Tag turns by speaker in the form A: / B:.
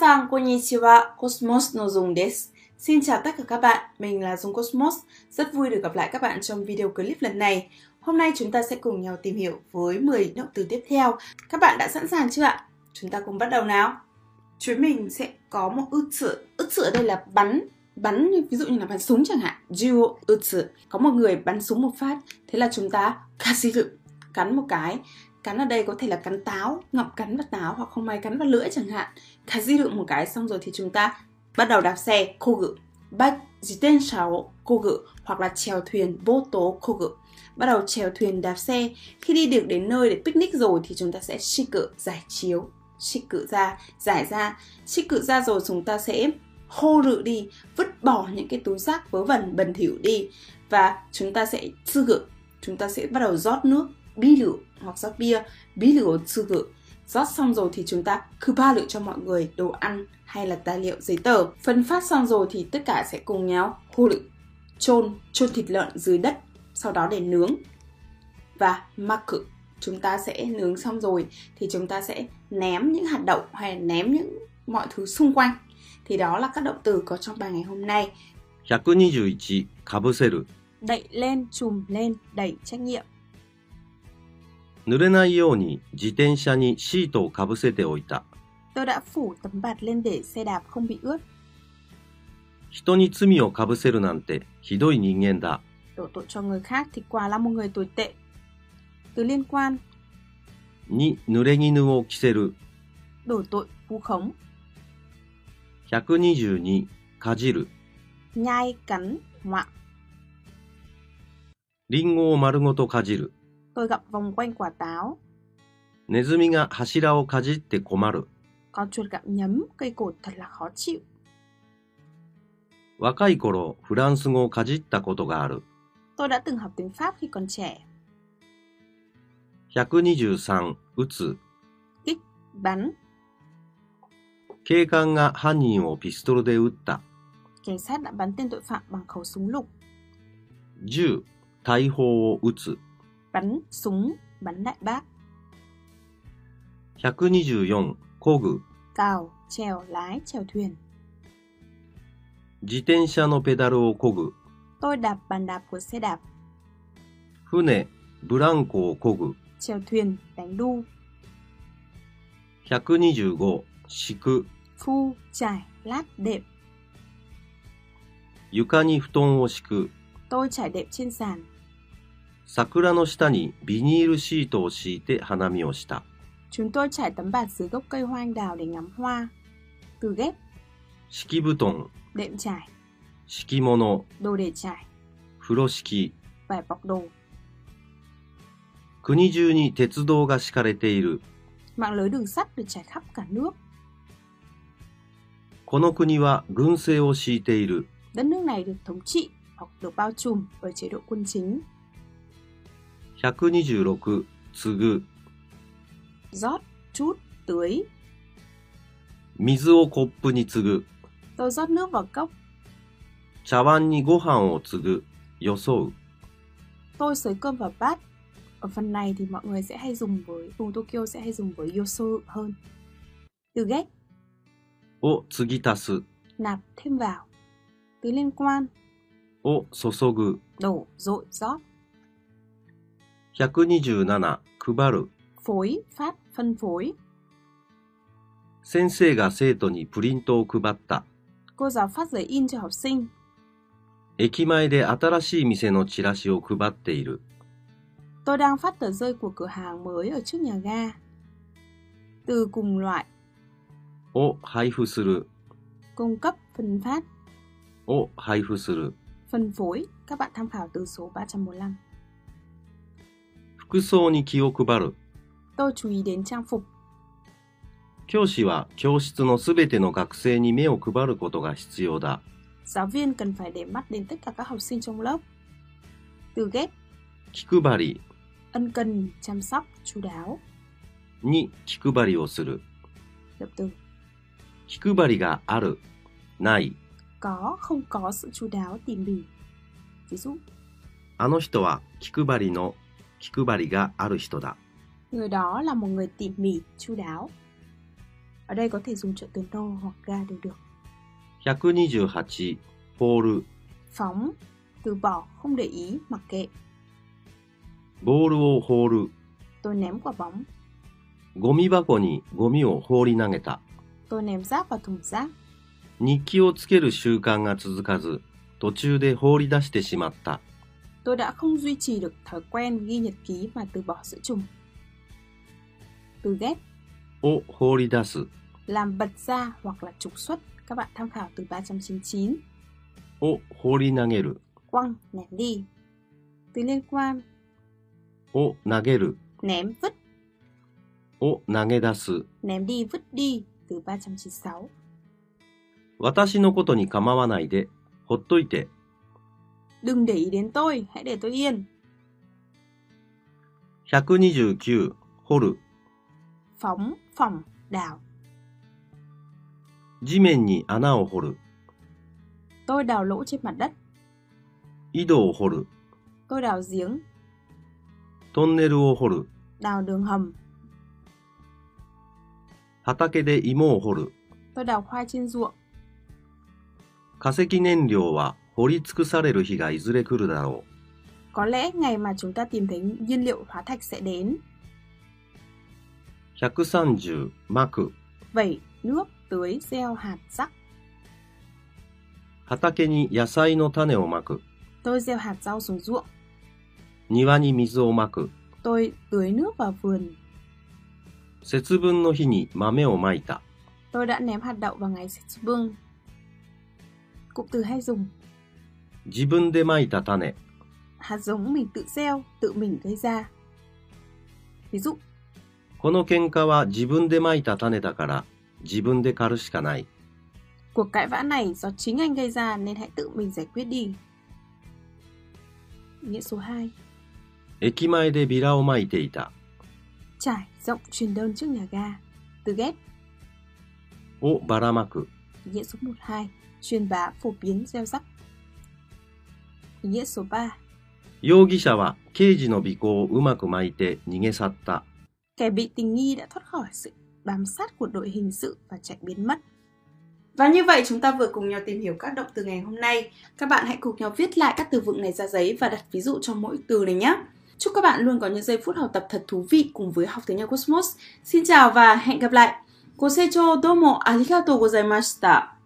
A: san, konnichiwa, Cosmos no Dung des. Xin chào tất cả các bạn, mình là Dung Cosmos. Rất vui được gặp lại các bạn trong video clip lần này. Hôm nay chúng ta sẽ cùng nhau tìm hiểu với 10 động từ tiếp theo. Các bạn đã sẵn sàng chưa ạ? Chúng ta cùng bắt đầu nào. Chúng mình sẽ có một utsu. Utsu ở đây là bắn bắn như- ví dụ như là bắn súng chẳng hạn jiu utsu có một người bắn súng một phát thế là chúng ta kasiru cắn một cái cắn ở đây có thể là cắn táo ngọc cắn vào táo hoặc không may cắn vào lưỡi chẳng hạn kaziru một cái xong rồi thì chúng ta bắt đầu đạp xe kogu bắt jitensha wo kogu hoặc là chèo thuyền vô tố kogu bắt đầu chèo thuyền đạp xe khi đi được đến nơi để picnic rồi thì chúng ta sẽ shiku giải chiếu shiku ra giải ra shiku ra rồi chúng ta sẽ hô rự đi vứt bỏ những cái túi rác vớ vẩn bẩn thỉu đi và chúng ta sẽ sư gự chúng ta sẽ bắt đầu rót nước bi lựu hoặc rót bia bí lựu sư gự rót xong rồi thì chúng ta cứ ba lựu cho mọi người đồ ăn hay là tài liệu giấy tờ phân phát xong rồi thì tất cả sẽ cùng nhau hô lựu chôn chôn thịt lợn dưới đất sau đó để nướng và mắc cự chúng ta sẽ nướng xong rồi thì chúng ta sẽ ném những hạt đậu hay là ném những mọi thứ xung quanh thì đó là các động từ có trong bài ngày hôm nay
B: 121かぶせる
C: đậy lên, trùm lên, đẩy trách nhiệm,
B: 濡れないように自転車にシートをかぶせておいた
C: tôi đã phủ tấm bạt lên để xe đạp không bị ướt,
B: 人に罪をかぶせるなんてひどい人間だ
C: đổ tội cho người khác thì quả là một người tồi tệ. Từ liên quan,
B: に濡れ衣を着せる
C: đổ tội, vu khống,
B: 122かじる
C: nhai, cắn, ngoạ,
B: リンゴを丸ごとかじる
C: tôi gặm vòng quanh quả táo,
B: ネズミが柱をかじって困る
C: con chuột gặm nhấm, cây cột thật là khó chịu.
B: 若い頃フランス語をかじったことがある
C: Tôi đã từng học tiếng Pháp khi còn trẻ,
B: 123撃つ
C: bắn,
B: 警官が犯人をピストルで撃った
C: cảnh sát đã bắn tên tội phạm bằng khẩu súng lục,
B: 10大砲を撃つ
C: bắn súng, bắn đại bác,
B: 124工具
C: cào, trèo, lái, trèo thuyền.
B: 自転車のペダルを漕ぐ
C: Tôi đạp bàn đạp của xe đạp,
B: 船ブランコを漕ぐ
C: trèo thuyền, đánh đu,
B: 125敷く
C: phu, trải, lát, đệm.
B: 床に布団を敷く
C: Tôi trải đệm trên sàn.
B: 桜の下にビニールシートを敷いて花見をした
C: Chúng tôi trải tấm bạt dưới gốc cây hoa anh đào để ngắm hoa. Từ ghép,
B: 敷布団
C: đệm trải,
B: 敷物
C: đồ để trải,
B: 風呂敷
C: vải bọc đồ.
B: 国中に鉄道が敷かれている
C: Mạng lưới đường sắt được trải khắp cả nước.
B: この国は軍政を敷いている
C: Đất nước này được thống trị hoặc được bao trùm bởi chế độ quân chính.
B: 126継ぐ
C: Rót, chút, tưới.
B: 水をコップに継ぐ
C: Tôi rót nước vào cốc.
B: 茶碗にご飯を継ぐ装う
C: Tôi xới cơm vào bát. Ở phần này thì mọi người sẽ hay dùng với, vùng Tokyo sẽ hay dùng với yoso hơn. Từ ghép,
B: を継ぎ足す
C: nạp thêm vào. Từ liên quan,
B: を注ぐ
C: đổ, dội, rót.
B: 127配る
C: phối, phát, phân phối.
B: 先生が生徒にプリントを配った
C: Cô giáo phát giấy in cho học sinh.
B: 駅前で新しい店のチラシを配っている
C: Tôi đang phát tờ rơi của cửa hàng mới ở trước nhà ga. Từ cùng loại,
B: を配布する
C: cung cấp, phân phát,
B: を配布する
C: phân phối. Các bạn tham khảo từ số 345.
B: 服装に気を配る
C: Tôi chú ý đến trang phục.
B: 教師は教室のすべての学生に目を配ることが必要だ
C: Giáo viên cần phải để mắt đến tất cả các học sinh trong lớp. Từ ghép,
B: 気配り
C: ân cần, chăm sóc, chú đáo.
B: に気配りをする
C: Động từ
B: 気配りがあるない
C: có, không có sự chú đáo, tỉ mỉ. Ví dụ,
B: あの人は気配りの気配りがある人だ
C: Người đó là một người tỉ mỉ, chu đáo. Ở đây có thể dùng trợ từ no hoặc ga đều được.
B: 128、放る、
C: Phóng, từ bỏ, không để ý, mặc kệ.
B: ボールを放る、
C: Tôi ném quả bóng,
B: ゴミ箱にゴミを放り投げた。
C: tôi ném rác vào thùng rác.
B: 日記をつける習慣が続かず、途中で放り出してしまった。
C: Tôi đã không duy trì được thói quen ghi nhật ký mà từ bỏ giữa chừng. Từ ghét,
B: を放り出す、
C: làm bật ra hoặc là trục xuất. Các bạn tham khảo từ 399.
B: を放り投げる、
C: Quăng, ném đi. Từ liên quan,
B: を投げる、
C: ném, vứt,
B: を投げ出す。
C: ném đi, vứt đi. Từ 396.
B: 私のことに構わないで、ほっといて、
C: Đừng để ý đến tôi, hãy để tôi yên.
B: 129、掘る、
C: Phóng, phỏng, đào.
B: 地面に穴を掘る、
C: Tôi đào lỗ trên mặt đất,
B: 井戸を掘る、
C: tôi đào giếng,
B: トンネルを掘る、
C: đào đường hầm,
B: 畑で芋を掘る、
C: tôi đào khoai trên ruộng.
B: 化石燃料は掘り尽くされる日がいずれ来るだろ
C: Có lẽ ngày mà chúng ta tìm thấy nhiên liệu hóa thạch sẽ đến.
B: う。130、幕、
C: Vẩy, nước, tưới, gieo, hạt, rắc.
B: 畑に野菜の種をまく、
C: Tôi gieo hạt rau xuống ruộng,
B: 庭に水をまく、
C: tôi tưới nước vào vườn.
B: 節分の日に豆をまいた。
C: Tôi đã ném hạt đậu vào ngày Setsubung. Cụm từ hay dùng,
B: 自分でまいた種、
C: hạt giống mình tự gieo, tự mình gây ra. Ví dụ,
B: この喧嘩は自分でまいた種だから、自分で狩るしかない。
C: cuộc cãi vã này do chính anh gây ra nên hãy tự mình giải quyết đi. Nghĩa số 2,
B: 駅前でビラをまいていた。
C: trải rộng truyền đơn trước nhà ga. Từ ghét,
B: をばらまく、
C: nghĩa số 12, truyền bá phổ biến gieo rắc. Nghĩa số 3,
B: 容疑者は刑事の尾行をうまく巻いて逃げ去った。
C: kẻ bị tình nghi đã thoát khỏi sự bám sát của đội hình sự và chạy biến mất.
A: Và như vậy chúng ta vừa cùng nhau tìm hiểu các động từ ngày hôm nay. Các bạn hãy cùng nhau viết lại các từ vựng này ra giấy và đặt ví dụ cho mỗi từ này nhé. Chúc các bạn luôn có những giây phút học tập thật thú vị cùng với học tiếng Nhật Cosmos. Xin chào và hẹn gặp lại. Cô Secho domo arigatou gozaimashita.